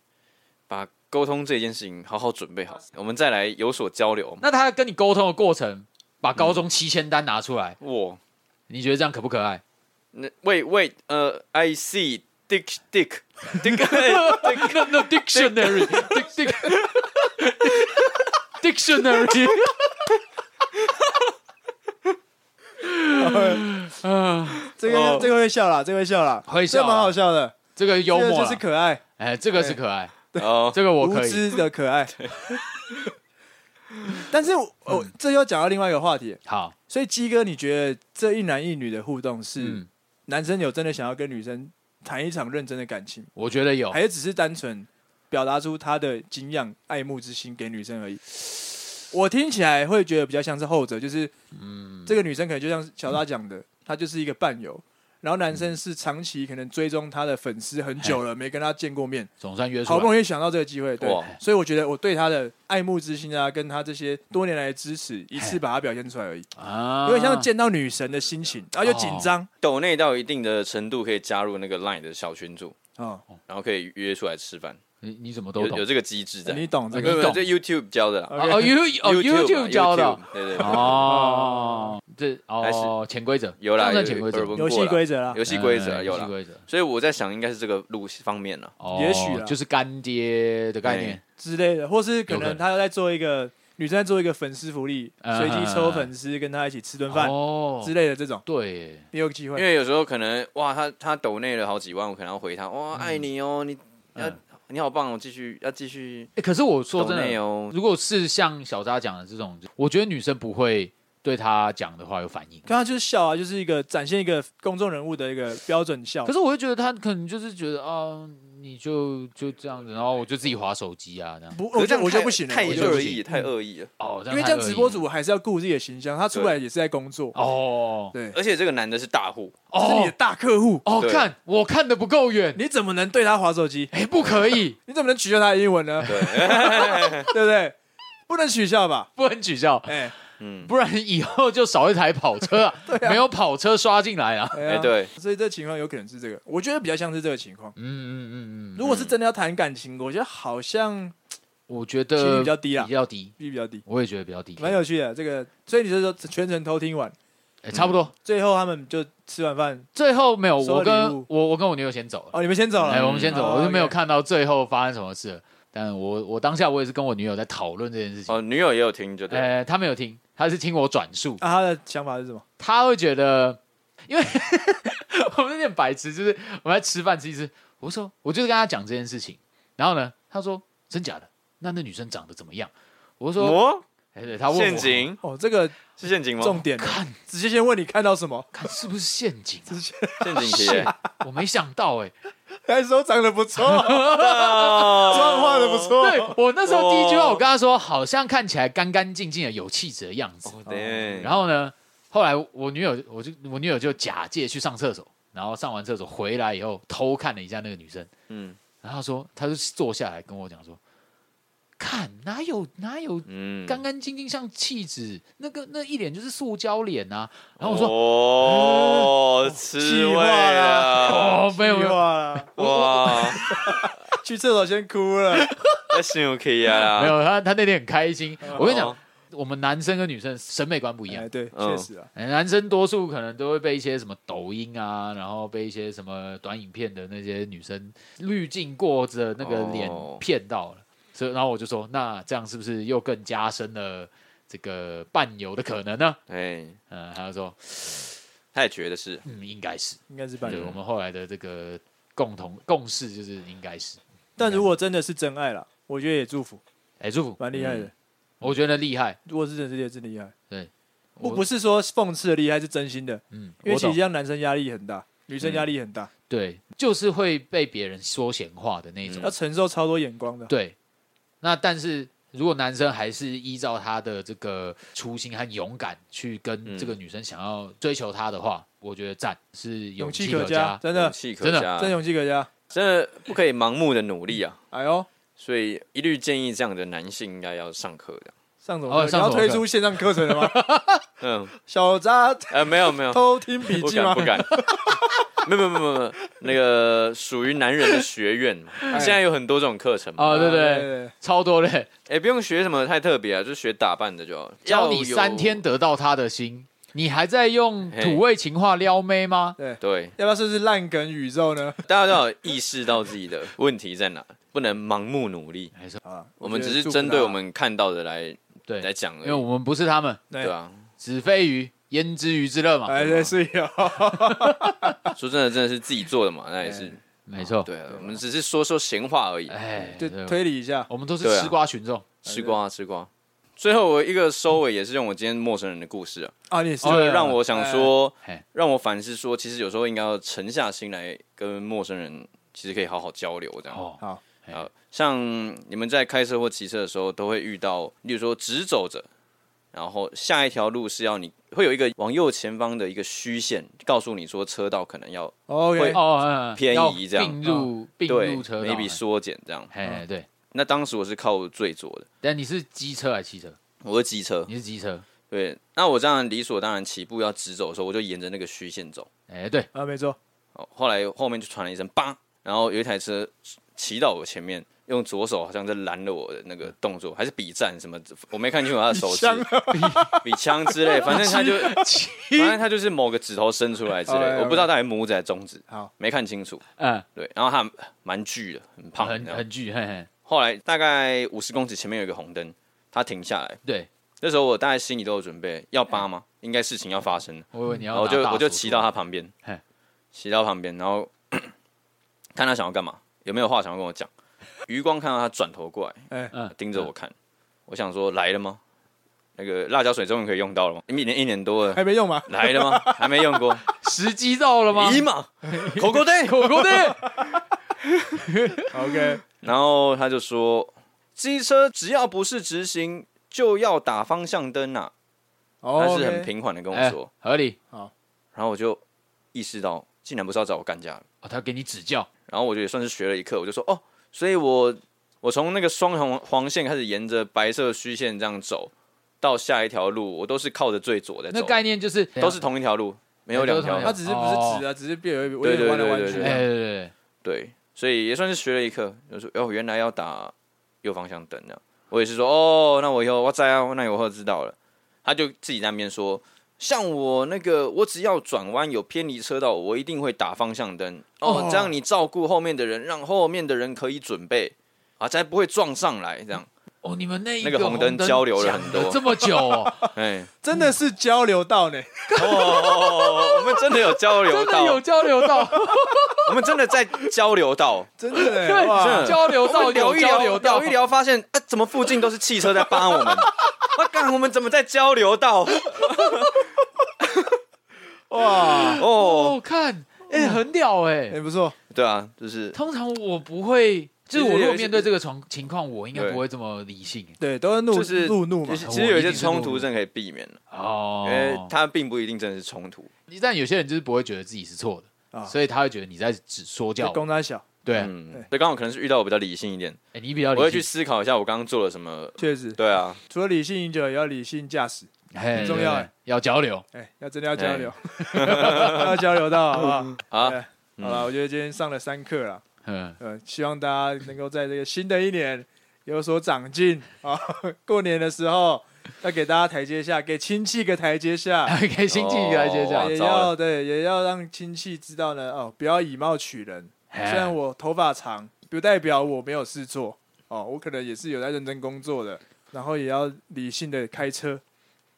把沟通这件事情好好准备好，我们再来有所交流。
那他跟你沟通的过程，把高中七千单拿出来，
我
你觉得这样可不可爱？
那 wait wait，呃，I see dick dick dick dick，
那那 dictionary dic dic dictionary，啊，
这个
哦
这个会笑啦，这个会笑啦，
会笑啦
这蛮好笑的，
这个幽
这
默啊
个
啦
就是可爱，
哎，这个是可爱，
哦，
这个我
无
可以。
知的可爱。但是我，
嗯
我这又讲到另外一个话题，
好，
所以鸡哥，你觉得这一男一女的互动是
嗯，
男生有真的想要跟女生谈一场认真的感情，
我觉得有
还，是只是单纯表达出他的敬仰、爱慕之心给女生而已？我听起来会觉得比较像是后者，就是，嗯，这个女生可能就像小大讲的，她就是一个伴游，然后男生是长期可能追踪她的粉丝很 久了，没跟她见过面，
总算约出
好不
来。
容易想到这个机会，对
哇，
所以我觉得我对她的爱慕之心啊，跟她这些多年来的支持，一次把它表现出来而已。
啊
有点像见到女神的心情，啊然后又紧张
抖内到一定的程度可以加入那个 LINE 的小群组，
哦，
然后可以约出来吃饭，
你你怎么都
有
懂哎
有这个机制在。
你懂这
没有
你
个
没
懂
有啊这 YouTube 教的啦
哦哦
OK，
，You 哦
YouTube 啦
YouTube 教的
YouTube，对对对，
哦，这
还
哦
是
潜规则
有啦
这样算
有
潜规
有
则
有，
游戏规则啦
游。戏规则
嗯
有
游戏
啦，
规则。
所以我在想应该是这个路方面了。
哦
也许啦
就是干爹的概念，
之类的，或是可
有可能
能他在做一个女生在做一个粉丝福利，
嗯
随机抽粉丝跟他一起吃顿饭
哦
之，类的这种，
对耶，
也有机
因
会。
为有时候可能哇，他他抖内了好几万，我可能要回他哇，爱你哦，你要、
嗯
你好棒哦，继续要继续
欸可是我说
抖
真
内
的，
哦，
如果是像小扎讲的这种，我觉得女生不会对他讲的话有反应。
刚刚就是笑啊，就是一个展现一个公众人物的一个标准笑
可。是我会觉得他可能就是觉得啊，你就就这样子，然后我就自己划手机啊，这样
不，
可
我
是这
觉
样
得我觉得
太
不行了，
太
我觉
就
得
不
恶
行
意，太恶意了。
哦，
因为这
太
样
恶
直
意
播
了
主还是要顾自己的形象，他出来也是在工作，
哦
对，
而且这个男的是大户，
这是你
哦
的大客户，
哦，
对
看我看的不够远，
你怎么能对他划手机？
哎，不可以，
你怎么能取笑他的英 文呢？
对，
对不对？不能取 笑吧？
不能取笑，
哎，
嗯，
不然以后就少一台跑车啊，没有跑车刷进来啊。
哎、
啊
对，
所以这情况有可能是这个，我觉得比较像是这个情况。
嗯嗯嗯嗯，
如果是真的要谈感情，我觉得好像
我觉
几率
得
比较低啦
比较低，
比比较低，
我也觉得比较低，
蛮有趣的。这个，所以你就说全程偷听完，
哎差不多。
最后他们就吃完饭，
最后没有，
收了
我
礼
跟
物
我我跟我女友先走了，
哦，你们先走
哎，
了，
我们先走，
哦
我就没有
OK
看到最后发生什么事了。但我我当下我也是跟我女友在讨论这件事情，
哦，女友也有听，就对了，
呃，她没有听，她是听我转述，
啊，他的想法是什么？
她会觉得，因为 我们有点白痴，就是我们在吃饭吃一吃，我说我就是跟她讲这件事情，然后呢，她说真假的，那那女生长得怎么样？我说，
哦，
哎，对，她问我
陷，阱
哦，这个
是陷阱吗？
重点
看
直接先问你看到什么，
看是不是陷阱啊、
陷阱题 耶，
我没想到 哎、
还说长得不 错，
状
妆化的不。错，
对我那时候第一句话，
哦
我跟她说，好像看起来干干净净的、有气质的样子。
对，
哦然后呢，后来我女友，我就我女友就假借去上厕所，然后上完厕所回来以后偷看了一下那个女生，
嗯
然后她说，她就坐下来跟我讲说，看哪有哪有
嗯，
干干净净像气质，那个那一脸就是塑胶脸啊。然后我 说，嗯
说哦，吃味啊，
哦，没有没有
话了，
哇，
去厕所先哭了，
那信用可以啊，
没，有，她她那天很开心。我跟你讲
哦，
我们男生跟女生审美观不一样
哎，。对，确
嗯
实啊，
哎男生多数可能都会被一些什么抖音啊，然后被一些什么短影片的那些女生滤镜过着那个脸
哦
骗到了，所以然后我就说，那这样是不是又更加深了这个伴游的可能呢？
哎，
嗯，他就说，
他也觉得是，
嗯，应该是。
应该是半
对，
年。
我们后来的这个共同共识就是应该是，
但如果真的是真爱了，我觉得也祝福，
哎，祝福，
蛮厉害的
嗯。
我觉得厉害，
如果是真的是也是厉害，
我
我不是说讽刺的厉害，是真心的，
嗯，
因为
我
其实
懂
这，样男生压力很大，女生压力很大，
对，就是会被别人说闲话的那种
嗯
要。承受超多眼光的。
对，那但是如果男生还是依照他的这个初心和勇敢去跟
嗯
这个女生想要追求她的话，我觉得赞是
勇
气
气可嘉，真的
勇，气啊可
真的
嘉，
真勇气可嘉。
真的不可以盲目的努力啊，
哎呦，
所以一律建议这样的男性应该要上课的。
上什么
哦
课？你
上什
要
么
推
课
出线上课程了吗？
嗯，
小扎
呃，没有没有，
偷听笔
不
记
敢
吗
不？敢，没有没有没有没有，那个属于男人的学院嘛，现在有很多这种课程嘛。
哦，对不
啊对
对？
对，
超多嘞，
哎、不用学什么太特别啊，就学打扮的就好。
教
要
你
有
三天，得到她的心，你还在用
嘿
土味情话撩妹吗？
对，
要不要试试烂梗宇宙呢？
大家都要有意识到自己的问题在哪，不能盲目努力。
还是
好啦
我们
觉
只
得
是
祝福
针对
他
我们看到的来
对，
来讲
因
而
为
已，
我们不是他们，
对
对啊，
子非鱼焉知鱼之乐嘛，
哎，对，是有，
说真的，真的是自己做的嘛，那也是
没错。
对啊。我们只是说说闲话而已，
哦哎，
就
对
推理一下。
我们都是
对啊
吃瓜群众。
吃瓜、啊、吃瓜。最后我一个收尾也是用我今天陌生人的故事啊，
啊，你是
哦对哎啊
让我想说
嘿，
让我反思说，其实有时候应该要沉下心来跟陌生人，其实可以好好交流这样。
哦，
好，
嘿
啊，像你们在开车或骑车的时候，都会遇到，例如说直走着，然后下一条路是要你会有一个往右前方的一个虚线，告诉你说车道可能要
OK，
哦，嗯
偏移
要
这样嗯
并入并
对
入车道。
，maybe 嗯缩减这样。
哎，对，
那当时我是靠最左的，
但你是机车还是汽车？
我是机车，
你是机车？
对，那我这样理所当然起步要直走的时候，我就沿着那个虚线走。
哎，对，
啊，没错，
哦，后来后面就传了一声“叭”，然后有一台车骑到我前面，用左手好像在拦了我的那个动作，还是比战什么，我没看清楚他的手势，
啊
比枪之类，反正他 就，反正他就是某个指头伸出来之类
哎，
我不知道他还拇指还是中指，
好，
没看清楚。
嗯，
对，然后他蛮巨的，很胖。
很
这样
很巨，嘿嘿，
后来大概五十公尺前面有一个红灯，他停下来，
对，
那时候我大概心里都有准备，要扒吗？应该事情要发生了。
我以为你
然
要
哦后我就
拿大
我就
锁
骑
出
到
来
他旁边
嘿，
骑到旁边，然后 看他想要干嘛，有没有话想要跟我讲。余光看到他转头过来，呃
哎，
嗯，
盯着我看，我想说来了吗？那个辣椒水终于可以用到了吗？一年一年多了，
还没用吗？
来了吗？还没用过。
时机到 了吗？
咦嘛，口 口对。
狗狗的，
OK，
然后他就说，机车只要不是直行，就要打方向灯啊。
哦，
他是很，平缓的跟我
哎
说，
合理哎
然后我就意识到，竟然不是要找我干架了。
哦，他给你指教，
然后我就也算是学了一课，我就说哦，所以我我从那个双黄黄线开始沿着白色虚线这样走到下一条路，我都是靠着最左在走
那，概念就是
都是同一条路，没有两条
哎
路
都同一条。
他只是不是直啊，只是变有一我
哦对
有
对
点弯来弯
对
去
对
哎，
啊。
对对
对，所以也算是学了一课，就说哦，原来要打右方向灯的。我也是说哦，那我以后我知啊，那我以后知道了。他就自己在那边说，像我那个，我只要转弯有偏离车道，我一定会打方向灯。哦
哦，
这样你照顾后面的人，让后面的人可以准备啊，才不会撞上来。 这样，
哦，你们那一
那个
个
红灯交流了
讲
很多
这么久哦，
哎，
真的是交流到呢，
哦哦哦哦我们 真的 有交流
真的有
到，
交流 到，
我们真的在交流到。
真 的
对
呢，哇，
交流
哎我
到
们聊
有
一
交
聊，
流到
聊一，聊，发现啊，怎么附近都是汽车在扒我们？ 我干，我们怎么在交流道？
哇，
哦，嗯
哦，看，哎，很屌哎
哎，，不错，
对啊，就是
通常我不会就是
其
我
实
如
有
果
一些
面对这个情情况，我应该
对
不会这么理性
对，都是怒
就是
路怒嘛
其。实
我
其实有一些
一定是
冲突症可以避免的，因为
哦。
它并不一定真的是冲突。
但有些人就是不会觉得自己是错的，
啊
所以他会觉得你在指说
就
教我。
公他小，
对，哎
嗯
对，
所以刚好可能是遇到我比较理性一点，
你比较
我
理
会去
性，
思考一下我刚刚做了什么。
确实，
对啊，
除了理性饮酒，也要理性驾驶。
很
很重要哎
要交流。
哎，要真的要交流，
哎
要交流到好不 好？
啊，
对好了，我觉得今天上了三课了，
嗯，
呃，希望大家能够在这个新的一年有所长进啊。过年的时候要给大家台阶下，给亲戚个台阶下，
给新进一个来接
哇
下
哦。
也
糟了
要对，也要让亲戚知道呢，哦，不要以貌取人。
哎
虽然我头发长，不代表我没有事做哦，我可能也是有在认真工作的，然后也要理性的开车。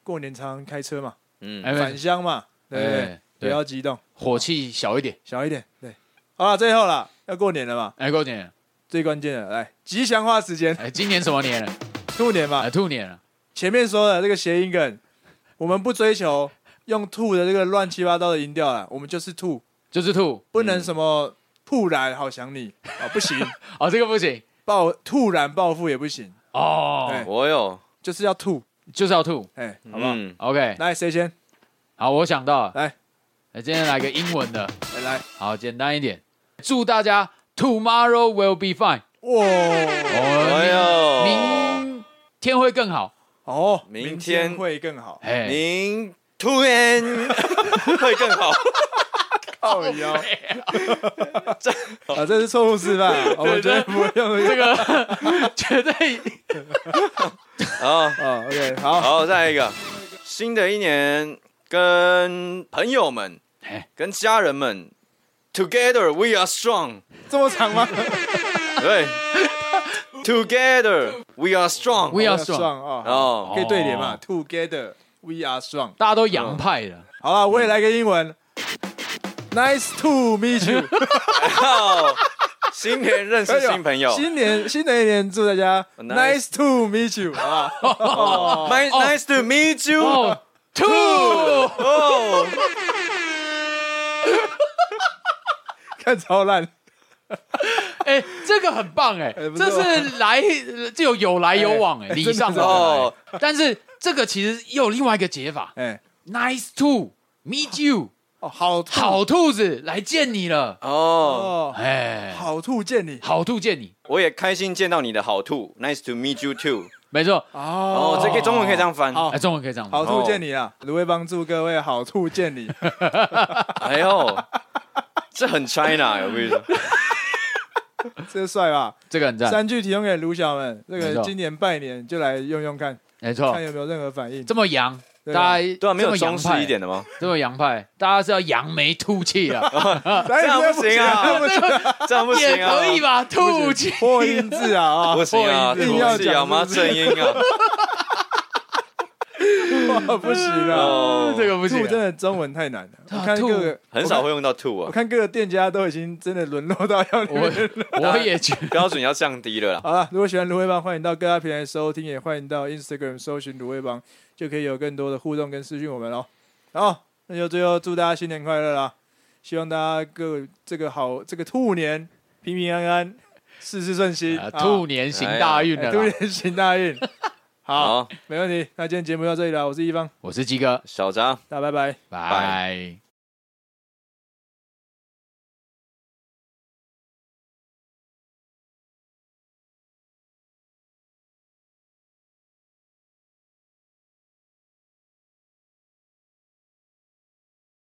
过年常常开车嘛，
哎
嗯，
没
返乡嘛，对不对
哎？
不
对
要激动，
火气小一点。
小一点。对，好了，最后了，要过年了嘛，
哎，郭姐，
最关键的，来吉祥话时间，
哎，今年什么年了？
兔年嘛
啊，。兔年了。
前面说的这个谐音梗，我们不追求用吐的这个乱七八糟的音调了，我们就是吐，
就是兔
不能什么突然好想你啊、不行，
哦，这个不行
暴突然暴富也不行，
哦
哎，
我有，
就是要吐，
就是要兔。
哎、好不好？
嗯，
OK，
来，谁先？
好，我想到了，
来，
哎今天来个英文的，
来来，
好，简单一点。祝大家 Tomorrow will be fine，
哇，
哦，
哎呦，
明天会更好。
哦，
明
明
天
会更好，
哎，
您突然 会更好。
靠腰，啊，这是错误示范，哦我们绝对不会用这
这
个
个绝对
好，
啊，OK，好，
好，再来一个，新的一年跟朋友们
哎、
跟家人们，Together we are strong，
这么长吗？
对，Together we are strong，
We are
啊，
哦
可以对联嘛
哦
，Together we are strong。
大家都洋派的，
好了，我也来个英文。Nice to meet you，哎
好，新年认识新朋友
新年新的一年，祝大家
Nice
Nice to meet you，好不好？
，My 哦 nice to meet you，
哦，Two，
哦，
看超烂，
哎，这个很棒哎，
哎不
这
错
是来就有有来有往哎，
哎
礼尚往
哦，
来。但是这个其实又有另外一个解法
哎，
，Nice to meet
嗯
you，
哦，好吐
好兔子来见你了，
哦，
哦，
哎，
好吐见你
好兔见你，
我也开心见到你的好兔，Nice to meet you too，
没错，
哦
哦，这个中文可以这样翻，
好
哎，中文可以这样
好
吗，
兔见你啊！卢威帮助各位好兔见 你，
哎呦，这很 China，我跟你说，
这帅吧？
这个很赞，
三句提供给卢小们，这
没错
个今年拜年就来用用看，
没错
哦
看，有没有任何反应。
这么洋，
对
大
啊
家
对啊，没有
这么洋
中式
派
一点的吗？
这么洋派，大家是要扬眉吐气啊，
这
样不行啊
哎这样不行
这 样不行啊，
也可以吧？吐气，
破音字啊 啊！
不行 啊，
破音硬要
不行啊，
讲
妈
是不是
正音啊，
不行啊！
哦，
这个不行
兔真
啊，
的中文太难了，
啊
我看各个
很少会用到 to
我
啊，
看各个店家都已经真的沦落到要你们。
我 我也觉得
标准要降低了啦。
好了，如果喜欢芦荟帮，欢迎到各大平台收听，也欢迎到 Instagram 搜寻芦荟帮，就可以有更多的互动跟私讯我们喽。好，那就最后祝大家新年快乐啦！希望大家各这个好这个兔年平平安安，事事顺心，
啊
啊
兔年啊行大运
哎
的
兔
啦。
年行 大运。好，
好，
没问题。那今天节目到这里了，我是一方，
我是鸡哥，
小张。
大家拜拜。
拜。